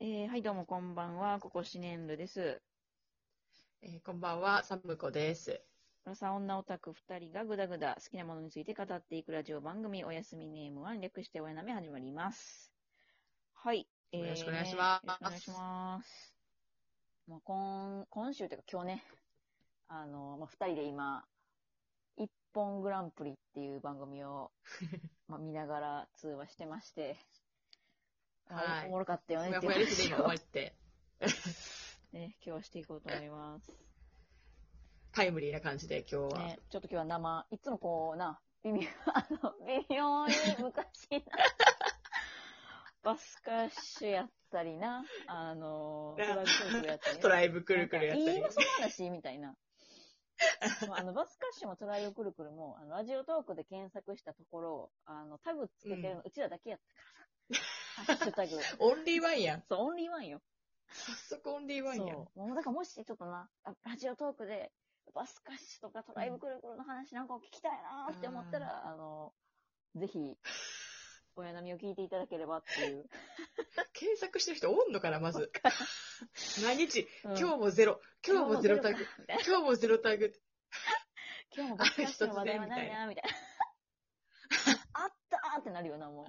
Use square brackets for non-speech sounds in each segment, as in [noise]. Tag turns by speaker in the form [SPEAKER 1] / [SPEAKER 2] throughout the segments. [SPEAKER 1] えーはい、どうもこんばんは。ここシネンルです。
[SPEAKER 2] えーこんばんは、サムコです。
[SPEAKER 1] 浦沢女オタク2人がぐだぐだ好きなものについて語っていくラジオ番組、おやすみネームは略しておやなめ始まります。はい。えー
[SPEAKER 2] よろしくお願いします
[SPEAKER 1] よろしくお願いします。まあ、今今週というか今日ね、あの、まあ、2人で今、一本グランプリっていう番組
[SPEAKER 2] [laughs]
[SPEAKER 1] を、まあ、見ながら通話してまして、まあ
[SPEAKER 2] はい
[SPEAKER 1] おもろかったよ
[SPEAKER 2] ほ
[SPEAKER 1] ね
[SPEAKER 2] や
[SPEAKER 1] って
[SPEAKER 2] ほ
[SPEAKER 1] いう
[SPEAKER 2] やです
[SPEAKER 1] 話
[SPEAKER 2] ね、今終
[SPEAKER 1] を
[SPEAKER 2] わって。
[SPEAKER 1] ね、今日はしていこうと思います。
[SPEAKER 2] タイムリーな感じで、今日は。
[SPEAKER 1] ね、ちょっと今日は生、いつもこうな、微妙、 [laughs] あの、微妙に
[SPEAKER 2] [laughs]
[SPEAKER 1] 昔な、バスカッシュやったりな、あの、トラッククルクやったり、ね、
[SPEAKER 2] トライブくるくるやった
[SPEAKER 1] なんかいい
[SPEAKER 2] り
[SPEAKER 1] よ。その話みたいな。まああの、バスカッシュもトライオくるくるも、あの、ラジオトークで検索したところ、あの、タグつけてるの、うちらだけやったからな。ハッシュタ
[SPEAKER 2] [laughs]
[SPEAKER 1] グ。
[SPEAKER 2] オンリーワンやん。
[SPEAKER 1] そう、オンリーワンよ。
[SPEAKER 2] 早速オンリーワンやん。
[SPEAKER 1] そう。もうだからもしちょっとな、あラジオトークで、バスカッシュとかトライブクルクルの話なんかを聞きたいなーって思ったら、あの、ぜひ、親並みを聞いていただければって
[SPEAKER 2] [laughs]
[SPEAKER 1] いう。
[SPEAKER 2] 検索してる人おんのかな、まず。毎日、
[SPEAKER 1] うん
[SPEAKER 2] 今日もゼロ、今日もゼロタグ、
[SPEAKER 1] みたいな
[SPEAKER 2] 今日もゼロタグ。
[SPEAKER 1] [laughs] 今日もバスカッシュの話題はないなーみたい
[SPEAKER 2] [laughs]
[SPEAKER 1] な。あったーってなるよな、もう。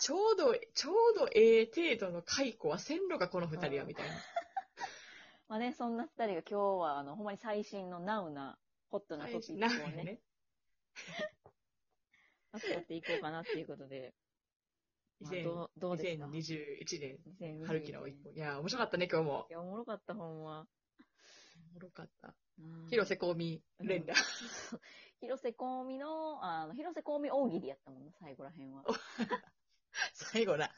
[SPEAKER 2] ちょうど、ちょうどええ程度の解雇は線路がこの二人や、みたいな。
[SPEAKER 1] まあね、そんな二人が今日は、あの、ほんまに最新のナウな、ホットなトピック
[SPEAKER 2] な
[SPEAKER 1] を
[SPEAKER 2] んや
[SPEAKER 1] ね、
[SPEAKER 2] ね。
[SPEAKER 1] 扱っていこうかなっていうことで、まあ
[SPEAKER 2] 2021
[SPEAKER 1] どうどうですか
[SPEAKER 2] 年、
[SPEAKER 1] 2022
[SPEAKER 2] 春樹の一本。いや、面白かったね、今日も
[SPEAKER 1] い。や、おもろかった、ほんま。
[SPEAKER 2] おもろかった。
[SPEAKER 1] うん
[SPEAKER 2] 広瀬香美、連打。
[SPEAKER 1] 広瀬香美の、あの、広瀬香美大喜利やったもんな、最後らへんは。
[SPEAKER 2] 最後な。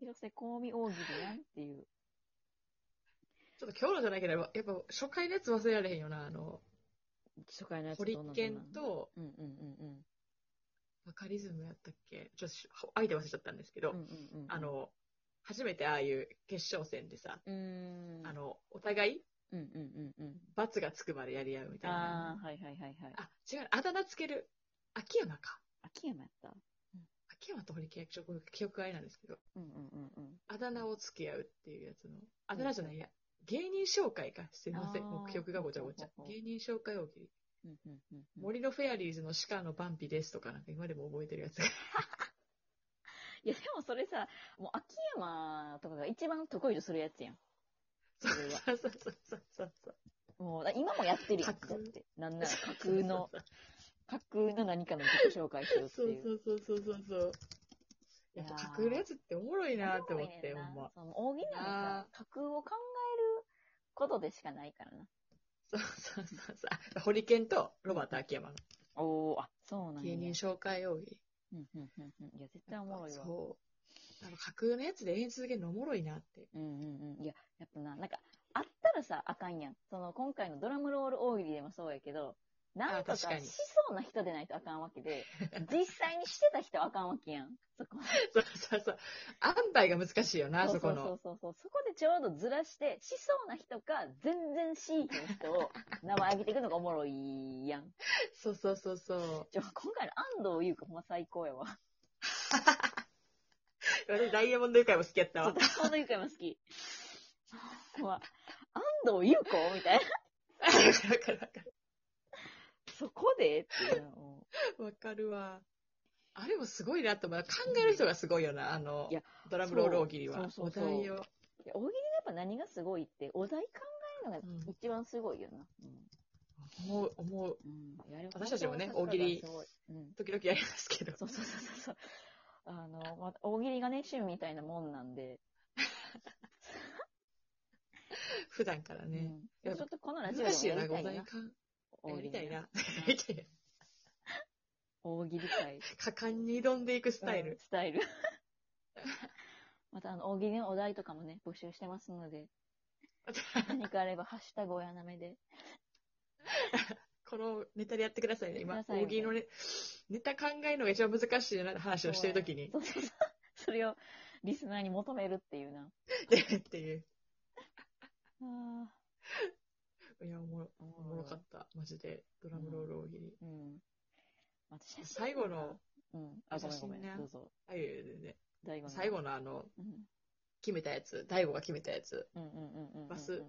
[SPEAKER 1] 広瀬香美大喜利なんていう。
[SPEAKER 2] ちょっと今日のじゃないけど、やっぱ初回のやつ忘れられへんよな。あの、
[SPEAKER 1] 初回のやつ
[SPEAKER 2] ホリ
[SPEAKER 1] どんなん
[SPEAKER 2] ケン
[SPEAKER 1] どんなん、
[SPEAKER 2] と
[SPEAKER 1] うんうんうん
[SPEAKER 2] バカリズムやったっけちょっとし相手忘れちゃったんですけど、
[SPEAKER 1] うん。うんうんうん、
[SPEAKER 2] あ、の、初めてああいう決勝戦でさ、
[SPEAKER 1] うーん。
[SPEAKER 2] あ、の、お互い
[SPEAKER 1] うんうんうんう
[SPEAKER 2] 罰がつくまでやり合うみ
[SPEAKER 1] ん。
[SPEAKER 2] たい
[SPEAKER 1] あ
[SPEAKER 2] な。
[SPEAKER 1] あ、はいはいはいはい。
[SPEAKER 2] あ、違う、あだ名つける。秋山か。
[SPEAKER 1] 秋山やった
[SPEAKER 2] 秋山と堀ケン、ちょっと記憶があれなんですけど、
[SPEAKER 1] うんうんうんうん。
[SPEAKER 2] あだ名をつけ合うっていうやつの、あだ名じゃないや、芸人紹介か。すいません、
[SPEAKER 1] あー
[SPEAKER 2] もう記憶がごちゃごちゃ
[SPEAKER 1] ほうほう。ほう
[SPEAKER 2] 芸人紹介大喜利。
[SPEAKER 1] うんうんうんうん、
[SPEAKER 2] 森のフェアリーズの鹿のバンピですとか、なんか今でも覚えてるやつが。
[SPEAKER 1] いやでもそれさ、もう秋山とかが一番得意とするやつやん。
[SPEAKER 2] そう
[SPEAKER 1] れは
[SPEAKER 2] そうそうそうそうそう。
[SPEAKER 1] もう、だ今もやってるやん。だ
[SPEAKER 2] 架空
[SPEAKER 1] って。なんなら架空の、架空の何かの自己紹介するって
[SPEAKER 2] そう
[SPEAKER 1] いう。
[SPEAKER 2] そうそうそうそうそう。やっぱ架空のやつっておもろいなって思って、
[SPEAKER 1] お
[SPEAKER 2] ほ
[SPEAKER 1] もろ
[SPEAKER 2] んま。
[SPEAKER 1] いねんなその大喜利なん
[SPEAKER 2] な
[SPEAKER 1] さ、架空を考えることでしかないからな。
[SPEAKER 2] そうそうそうそうあ。ホリケンとロバート秋山の
[SPEAKER 1] おおあ、そうなんや。
[SPEAKER 2] 芸人紹介大喜利。
[SPEAKER 1] うんうんうんうん。いや、絶対おもろいわ。
[SPEAKER 2] そう。あの架空のやつで演じ続けるのおもろいなって。
[SPEAKER 1] うんうんうん。いや、やっぱな、なんか、あったらさ、あかんやん。その、今回のドラムロール大喜利でもそうやけど、なんとか
[SPEAKER 2] あ
[SPEAKER 1] し
[SPEAKER 2] 確かに
[SPEAKER 1] そうな人でないとあかんわけで、
[SPEAKER 2] [laughs]
[SPEAKER 1] 実際にしてた人はあかんわけやん。そこ。
[SPEAKER 2] そうそうそう。安排が難しいよな、そ
[SPEAKER 1] そ
[SPEAKER 2] この
[SPEAKER 1] う。そうそうそう。そこでちょうどずらして、しそうな人か、全然しい人
[SPEAKER 2] [laughs]
[SPEAKER 1] を名前挙げていくのがおもろいやん。
[SPEAKER 2] そうそうそうそう。
[SPEAKER 1] ちょ、今回の安藤優子ほんま最高やわ。
[SPEAKER 2] 私、ダイヤモンド愉快も好きやった
[SPEAKER 1] ちょっ
[SPEAKER 2] わ
[SPEAKER 1] と。安藤優子も好き。ほんま安藤優子みたいな。
[SPEAKER 2] わかるわかる。
[SPEAKER 1] そこでっていうのを。
[SPEAKER 2] わかるわ。あれもすごいなと思う。考える人がすごいよな、あの
[SPEAKER 1] いや、
[SPEAKER 2] ドラムロール大喜利は。
[SPEAKER 1] そうそうそうそう
[SPEAKER 2] お題を。
[SPEAKER 1] いや大喜利のやっぱ何がすごいって、お題考えるのが
[SPEAKER 2] うん
[SPEAKER 1] 一番すごいよな。
[SPEAKER 2] 思う、思う。
[SPEAKER 1] うん。うんいやあれ
[SPEAKER 2] 私たちもね
[SPEAKER 1] 本当に
[SPEAKER 2] 大喜利
[SPEAKER 1] さすがだすごいうん。
[SPEAKER 2] 時々やりますけど。
[SPEAKER 1] そうそうそうそうそう。あの、まあ、大喜利がね、趣味みたいなもんなんで。
[SPEAKER 2] 普段からね。
[SPEAKER 1] うん、ちょっとこのラジオで
[SPEAKER 2] 難
[SPEAKER 1] も
[SPEAKER 2] しいよ
[SPEAKER 1] や
[SPEAKER 2] な、
[SPEAKER 1] り
[SPEAKER 2] お
[SPEAKER 1] た
[SPEAKER 2] 題
[SPEAKER 1] い
[SPEAKER 2] か。
[SPEAKER 1] な。
[SPEAKER 2] やりたいな。やりたいな
[SPEAKER 1] 大喜利会。
[SPEAKER 2] 果敢に挑んでいくスタイ
[SPEAKER 1] うん [laughs]
[SPEAKER 2] ル。
[SPEAKER 1] スタイル。 [laughs] また、あの、大喜利のお題とかもね、募集してますので、何かあれば、ハッシュタグおやなめで。
[SPEAKER 2] このネタでやってくださいね。
[SPEAKER 1] や
[SPEAKER 2] 今
[SPEAKER 1] っ、てくださいね
[SPEAKER 2] 大喜利のね、ネタ考えるのが一番難しいなって話をしてるときに。
[SPEAKER 1] そうそうそう。それを、リスナーに求めるっていうな。
[SPEAKER 2] で、 [laughs] っていう。
[SPEAKER 1] あー
[SPEAKER 2] いや、おもろ、
[SPEAKER 1] お
[SPEAKER 2] おもろかった。マジで。ドラムロール大喜利。
[SPEAKER 1] うん。また写真
[SPEAKER 2] 最後の、
[SPEAKER 1] うん。あ、ごめんごめん。
[SPEAKER 2] 写真ね
[SPEAKER 1] どうぞ。
[SPEAKER 2] あ、いやいや全然
[SPEAKER 1] 大悟の
[SPEAKER 2] 最後のあの、
[SPEAKER 1] うん。
[SPEAKER 2] 決めたやつ、大悟が決めたやつ、
[SPEAKER 1] うんうんうんうんうんうん。
[SPEAKER 2] バス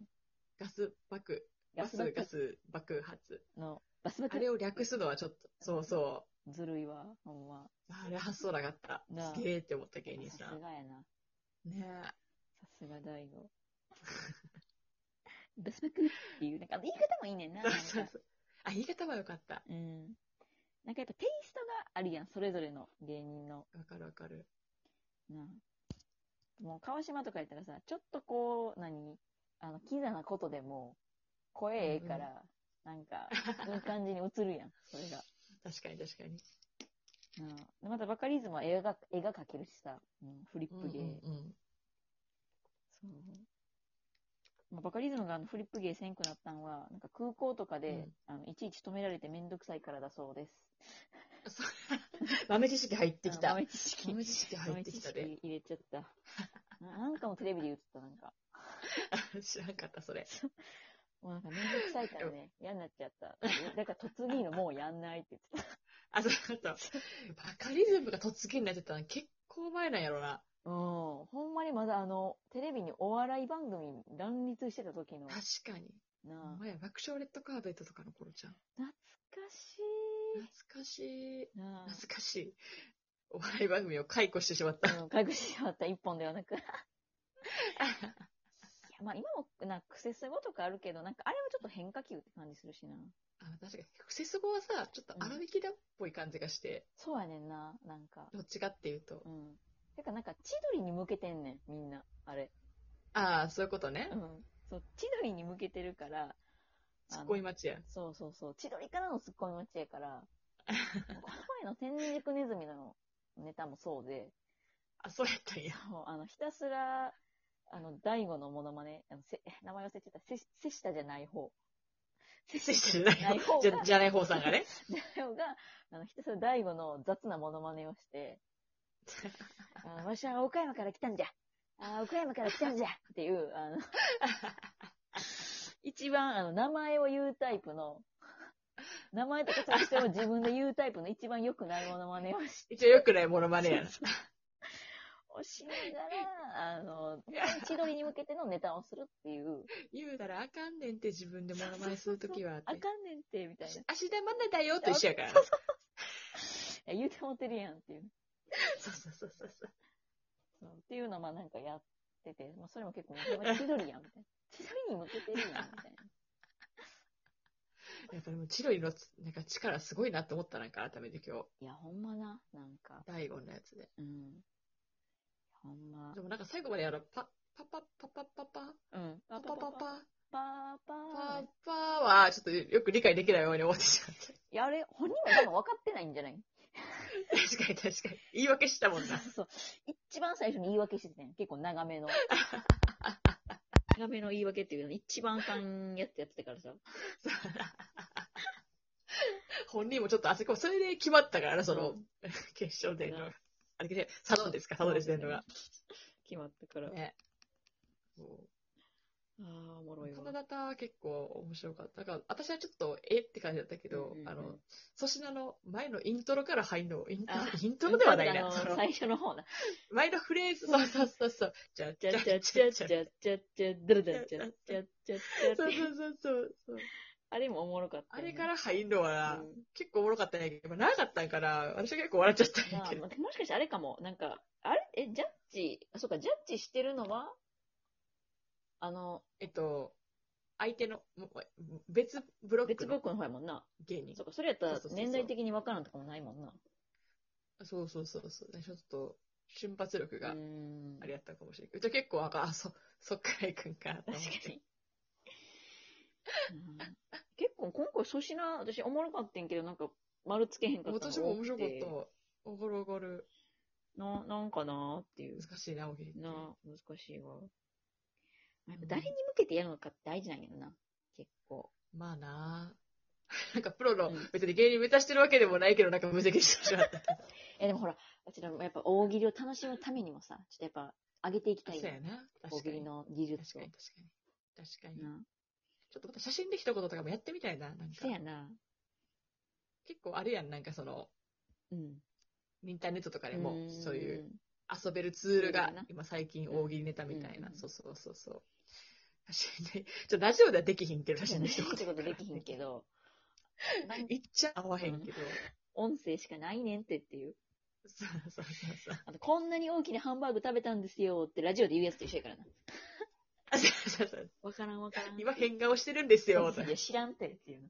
[SPEAKER 2] ガス爆、
[SPEAKER 1] ガ
[SPEAKER 2] ガ
[SPEAKER 1] ス
[SPEAKER 2] ス
[SPEAKER 1] バ
[SPEAKER 2] ガ
[SPEAKER 1] ク
[SPEAKER 2] ス爆発。
[SPEAKER 1] の、バス
[SPEAKER 2] あ
[SPEAKER 1] 爆
[SPEAKER 2] れを略すのはちょっと、そうそ
[SPEAKER 1] ずるいわ、ほんま。
[SPEAKER 2] う。あれ発想なかった
[SPEAKER 1] なあ。
[SPEAKER 2] すげえって思った芸人
[SPEAKER 1] さ
[SPEAKER 2] さ
[SPEAKER 1] す
[SPEAKER 2] ん。
[SPEAKER 1] がやな。
[SPEAKER 2] ね
[SPEAKER 1] さすが大悟。バスバクっていう、なんか言い方もいいねん
[SPEAKER 2] え。
[SPEAKER 1] な。な
[SPEAKER 2] [laughs] そうん
[SPEAKER 1] か
[SPEAKER 2] そうそう。あ、言い方は良かった。
[SPEAKER 1] うん。なんかやっぱテイストがあるやん、それぞれの芸人の。
[SPEAKER 2] わかるわかる。
[SPEAKER 1] なもう川島とかやったらさ、ちょっとこう、何あの、キザなことでも、声ええから、なんか、いい感じに映るやん、それが。
[SPEAKER 2] 確かに確かに。
[SPEAKER 1] うんでまたバカリズムは絵が、絵が描けるしさ、うん、フリップ芸。
[SPEAKER 2] うんうんうん。
[SPEAKER 1] そう。まあ、バカリズムがあのフリップ芸せんくなったんは、なんか空港とかで、あのいちいち止められてめんどくさいからだそうです。
[SPEAKER 2] そう豆知識入ってき
[SPEAKER 1] あ
[SPEAKER 2] た。
[SPEAKER 1] 豆知識。
[SPEAKER 2] 豆知識入ってきた
[SPEAKER 1] 豆
[SPEAKER 2] で。
[SPEAKER 1] 知識入れちゃった。ななんかもテレビで言ってた、なんか。
[SPEAKER 2] [laughs] 知らんかった、それ。
[SPEAKER 1] もうなんかめんどくさいからね、嫌になっちゃった。だから、突撃のもうやんないって言ってた。
[SPEAKER 2] あ、そうそうそう。バカリズムが突撃になってたの結構前なんやろな。
[SPEAKER 1] うん。ほんまにまだあの、テレビにお笑い番組乱立してた時の、な
[SPEAKER 2] 確かに。お
[SPEAKER 1] あ、
[SPEAKER 2] 前爆笑レッドカーペットとかの頃じゃん。
[SPEAKER 1] 懐かし
[SPEAKER 2] 懐かしい。
[SPEAKER 1] い。なあ。
[SPEAKER 2] 懐かしい。お笑い番組を解雇してし
[SPEAKER 1] [laughs]
[SPEAKER 2] まった。
[SPEAKER 1] うん隠してしまった一本ではなく。いや、まあ今もなんかクセス語とかあるけど、なんかあれはちょっと変化球って感じするしな。
[SPEAKER 2] あ確かに。クセス語はさ、ちょっと荒引きだっぽい感じがして、
[SPEAKER 1] そうやねんな、なんか。
[SPEAKER 2] どっちかっていうと
[SPEAKER 1] う。ん。てかなんか千鳥に向けてんねん、みんな。あれ。
[SPEAKER 2] ああ、そういうことね
[SPEAKER 1] う。ん。そう、千鳥に向けてるから、
[SPEAKER 2] ツッコミ待ちや。
[SPEAKER 1] そうそうそう、千鳥からのツッコミ待ちやから、この前の天竺ネズミのネタもそうで、
[SPEAKER 2] あ、そうやったんや。
[SPEAKER 1] そうあの、ひたすら、あの、大悟のモノマネ、あのせ名前忘れてた、せ、瀬下じゃない方。瀬
[SPEAKER 2] 接してない
[SPEAKER 1] ない方
[SPEAKER 2] 方。じゃじゃない方さんがね。
[SPEAKER 1] 大悟が、あの、ひたすら大悟の雑なモノマネをして、あ
[SPEAKER 2] [laughs]
[SPEAKER 1] の、わしは岡山から来たんじゃあー岡山から来たんじゃっていう、あ
[SPEAKER 2] [laughs]
[SPEAKER 1] の、一番、あの、名前を言うタイプの、名前とか特徴を自分で言うタイプの一番良くないモノマネをし
[SPEAKER 2] 一応良くないモノマネやな。
[SPEAKER 1] をしながら、あの、千鳥に向けてのネタをするって
[SPEAKER 2] [laughs]
[SPEAKER 1] いう、
[SPEAKER 2] 言うたらあかんねんって自分でモノマネするときはって
[SPEAKER 1] あ。かんねんって、みたいな。い
[SPEAKER 2] 足玉菜だよと一緒やから。
[SPEAKER 1] や言うてもってるやんっていう。
[SPEAKER 2] そうそうそうそうそう。
[SPEAKER 1] そうっていうのをまあなんかやってて、まあ、それも結構、お前千鳥 [laughs] やん、みたいな。千鳥に向けてるやん、みたいな。
[SPEAKER 2] やっぱでも、チロリのつなんか力すごいなって思ったなんか改めて今日、
[SPEAKER 1] いや、ほんまな、なんか。
[SPEAKER 2] 第5のやつで。
[SPEAKER 1] うん。ほんま
[SPEAKER 2] で。もなんか最後までやろう、パパパパパパパ
[SPEAKER 1] うん。
[SPEAKER 2] パパパパ
[SPEAKER 1] パ
[SPEAKER 2] パ
[SPEAKER 1] ーパー。
[SPEAKER 2] パはちょっとよく理解できないように思ってしまっ
[SPEAKER 1] いや、あれ、本人は多分分かってないんじゃない
[SPEAKER 2] た。確かに確かに。言い訳したもんな。
[SPEAKER 1] そう。一番最初に言い訳しててん。結構長めの。 [laughs] 長めの言い訳っていうの、一番あかんやつやってたからさ。
[SPEAKER 2] 本人もちょっとあそこ、それで決まったからな、その、 [laughs]
[SPEAKER 1] うん
[SPEAKER 2] 決勝での。あれで、サドンですか、サドンですね、のが。
[SPEAKER 1] 決まったから。
[SPEAKER 2] ね。もう
[SPEAKER 1] ああ、おもろいわ。
[SPEAKER 2] 花形結構面白かった。だから私はちょっとえって感じだったけ
[SPEAKER 1] うん
[SPEAKER 2] ど、
[SPEAKER 1] うんうん
[SPEAKER 2] あの、粗品の前のイントロから入るの、イントロ
[SPEAKER 1] あ、
[SPEAKER 2] イントロではない
[SPEAKER 1] あ
[SPEAKER 2] な。
[SPEAKER 1] の
[SPEAKER 2] その
[SPEAKER 1] 最初の方な。
[SPEAKER 2] 前のフレーズ、そうそうそうそう。じゃ
[SPEAKER 1] じ
[SPEAKER 2] じ
[SPEAKER 1] ゃじ
[SPEAKER 2] ゃじ
[SPEAKER 1] ゃ
[SPEAKER 2] ゃ
[SPEAKER 1] じゃ
[SPEAKER 2] じゃ
[SPEAKER 1] じ
[SPEAKER 2] じ
[SPEAKER 1] ゃ
[SPEAKER 2] ゃ。
[SPEAKER 1] じ
[SPEAKER 2] そ
[SPEAKER 1] ゃじゃじゃじゃじゃじゃじゃじゃ
[SPEAKER 2] うそうそうそうそう。
[SPEAKER 1] あれもおもろかった
[SPEAKER 2] あ
[SPEAKER 1] よね。
[SPEAKER 2] れから入るのは、
[SPEAKER 1] うん
[SPEAKER 2] 結構おもろかったんやけど、長かったんかな。私は結構笑っちゃったん
[SPEAKER 1] な
[SPEAKER 2] や
[SPEAKER 1] あ
[SPEAKER 2] けど。
[SPEAKER 1] ももしかしてあれかも、なんか、あれえ、ジャッジ、あ、そうか、ジャッジしてるのは、あの、
[SPEAKER 2] えっと、相手の、もう別ブロッ
[SPEAKER 1] 別
[SPEAKER 2] ク
[SPEAKER 1] ブロ
[SPEAKER 2] の
[SPEAKER 1] ックの方やもんな。
[SPEAKER 2] 芸人
[SPEAKER 1] そ。うか、それやったら
[SPEAKER 2] そうそうそうそう
[SPEAKER 1] 年代的にわからんとかもないもんな。
[SPEAKER 2] そうそうそうそう。ちょっと、瞬発力が
[SPEAKER 1] うーん。
[SPEAKER 2] あれやったかもしれない。うちは結構、なんか、 [laughs] あ、そ、そっから行くんかと思っ
[SPEAKER 1] 確
[SPEAKER 2] て。
[SPEAKER 1] かに。うん結構今回粗品、私おもろかってんけど、なんか丸つけへんかったの
[SPEAKER 2] 私も面白かっ
[SPEAKER 1] 多くて
[SPEAKER 2] た。わかるわかる。
[SPEAKER 1] な、なんかなーっていう。
[SPEAKER 2] 難しいな、おぎり。
[SPEAKER 1] なあ、難しいわ。まあやっぱ誰に向けてやるのかって大事なんやろな。結構。
[SPEAKER 2] まあ [laughs] ななんかプロの
[SPEAKER 1] うん、
[SPEAKER 2] 別に芸人目指してるわけでもないけど、なんか無責任してしまった。
[SPEAKER 1] え、でもほら、うちらもやっぱ大喜利を楽しむためにもさ、ちょっとやっぱ上げていきたい
[SPEAKER 2] そう
[SPEAKER 1] やん
[SPEAKER 2] やな。
[SPEAKER 1] 大
[SPEAKER 2] 確か
[SPEAKER 1] 喜利
[SPEAKER 2] に。確
[SPEAKER 1] の技
[SPEAKER 2] かに、
[SPEAKER 1] 術を
[SPEAKER 2] 確か。に。確かに。
[SPEAKER 1] な
[SPEAKER 2] ちょっとまた写真で一言とかもやってみたいな。なんか
[SPEAKER 1] そ、やな。
[SPEAKER 2] 結構あれやん、なんかその、
[SPEAKER 1] うん。
[SPEAKER 2] インターネットとかでも、
[SPEAKER 1] ん
[SPEAKER 2] そういう。
[SPEAKER 1] [laughs]
[SPEAKER 2] 遊べるツール
[SPEAKER 1] ツール
[SPEAKER 2] が
[SPEAKER 1] がな、
[SPEAKER 2] 今最近大喜利ネタみたいな。
[SPEAKER 1] うん
[SPEAKER 2] そうそうそうそう。確かにね。ちょ、ラジオではできひんけど、
[SPEAKER 1] 確かに、
[SPEAKER 2] 一言
[SPEAKER 1] ってことできひんけど、なん
[SPEAKER 2] 言っちゃ合わへんけど。
[SPEAKER 1] 音声しかないねんってっていう。
[SPEAKER 2] そうそうそうそう。
[SPEAKER 1] あの、こんなに大きなハンバーグ食べたんですよってラジオで言うやつと一緒やからな。
[SPEAKER 2] あそうそうそう。
[SPEAKER 1] わからんわ [laughs] からん。
[SPEAKER 2] 今変顔してるんですよ、と
[SPEAKER 1] いや、知らんてっていうの。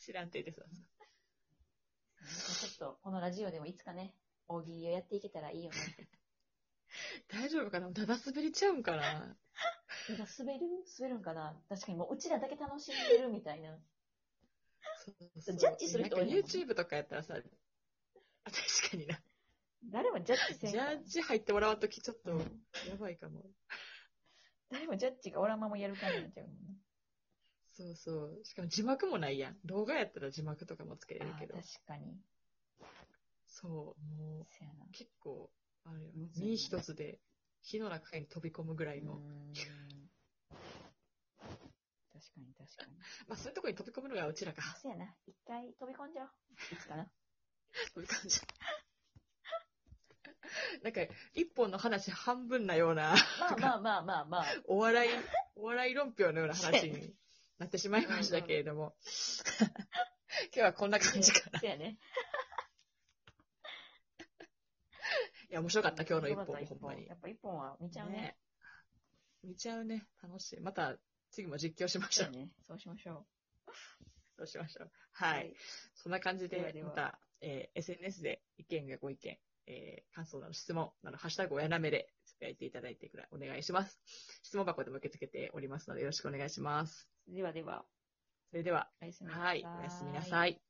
[SPEAKER 2] 知らんて言ってそうそう。
[SPEAKER 1] なんかちょっと、このラジオでもいつかね、大喜利をやっていけたらいいよね。
[SPEAKER 2] 大丈夫かなだだ滑りちゃうんかな
[SPEAKER 1] なんか滑る滑るんかな確かにもううちらだけ楽しんでるみたいな。
[SPEAKER 2] そう
[SPEAKER 1] ジャッジする人
[SPEAKER 2] な
[SPEAKER 1] 多
[SPEAKER 2] ん
[SPEAKER 1] い
[SPEAKER 2] か
[SPEAKER 1] もんね
[SPEAKER 2] YouTube とかやったらさ、あ確かにな。
[SPEAKER 1] 誰もジャッジせん
[SPEAKER 2] ジ
[SPEAKER 1] から
[SPEAKER 2] ャッジ入ってもらわんときちょっと、
[SPEAKER 1] う
[SPEAKER 2] や
[SPEAKER 1] ん
[SPEAKER 2] ばいかも。
[SPEAKER 1] 誰もジャッジがおらんままやる感じになっちゃうもんね。
[SPEAKER 2] そうそう。しかも字幕もないやん。動画やったら字幕とかもつけれる
[SPEAKER 1] あ
[SPEAKER 2] け
[SPEAKER 1] ー
[SPEAKER 2] ど
[SPEAKER 1] 確。かに。
[SPEAKER 2] そう、も
[SPEAKER 1] そやな。
[SPEAKER 2] う、結構、あれよ
[SPEAKER 1] む。ずいね
[SPEAKER 2] 身一つで、火の中に飛び込むぐらいの。
[SPEAKER 1] うーん確かに確かに。
[SPEAKER 2] まあ、そういうとこに飛び込むのがうちらか。
[SPEAKER 1] そうやな。一回飛び込んじゃおう。いつかな。
[SPEAKER 2] そういう感じ。 [laughs] なんか、一本の話半分なような、
[SPEAKER 1] まあまあまあまあまあ。
[SPEAKER 2] お笑い、お笑い論評のような
[SPEAKER 1] [laughs]
[SPEAKER 2] 話になってしまいましたけれども。今日はこんな感じか。
[SPEAKER 1] そうやね。
[SPEAKER 2] いや、面白かった、今日の一本も
[SPEAKER 1] よか
[SPEAKER 2] ほ
[SPEAKER 1] った
[SPEAKER 2] んまに
[SPEAKER 1] や。っぱ一本は見ちゃうね。
[SPEAKER 2] 見ちゃうね。楽しい。また、次も実況しまし
[SPEAKER 1] そ
[SPEAKER 2] ょ
[SPEAKER 1] う
[SPEAKER 2] う
[SPEAKER 1] や。ね。そうしましょ
[SPEAKER 2] そうしましょう。
[SPEAKER 1] う。
[SPEAKER 2] はい。。そんな感じ
[SPEAKER 1] では
[SPEAKER 2] で、
[SPEAKER 1] では
[SPEAKER 2] また、えー SNS で意見やご意見、えー感想など質問など、ハッシュタグ親なめでつぶやいていただいてくらいお願いします。質問箱でも受け付けておりますので、よろしくお願いします。
[SPEAKER 1] ではでは、
[SPEAKER 2] それでは、
[SPEAKER 1] おやすみなさ
[SPEAKER 2] はい、おやすみなさい。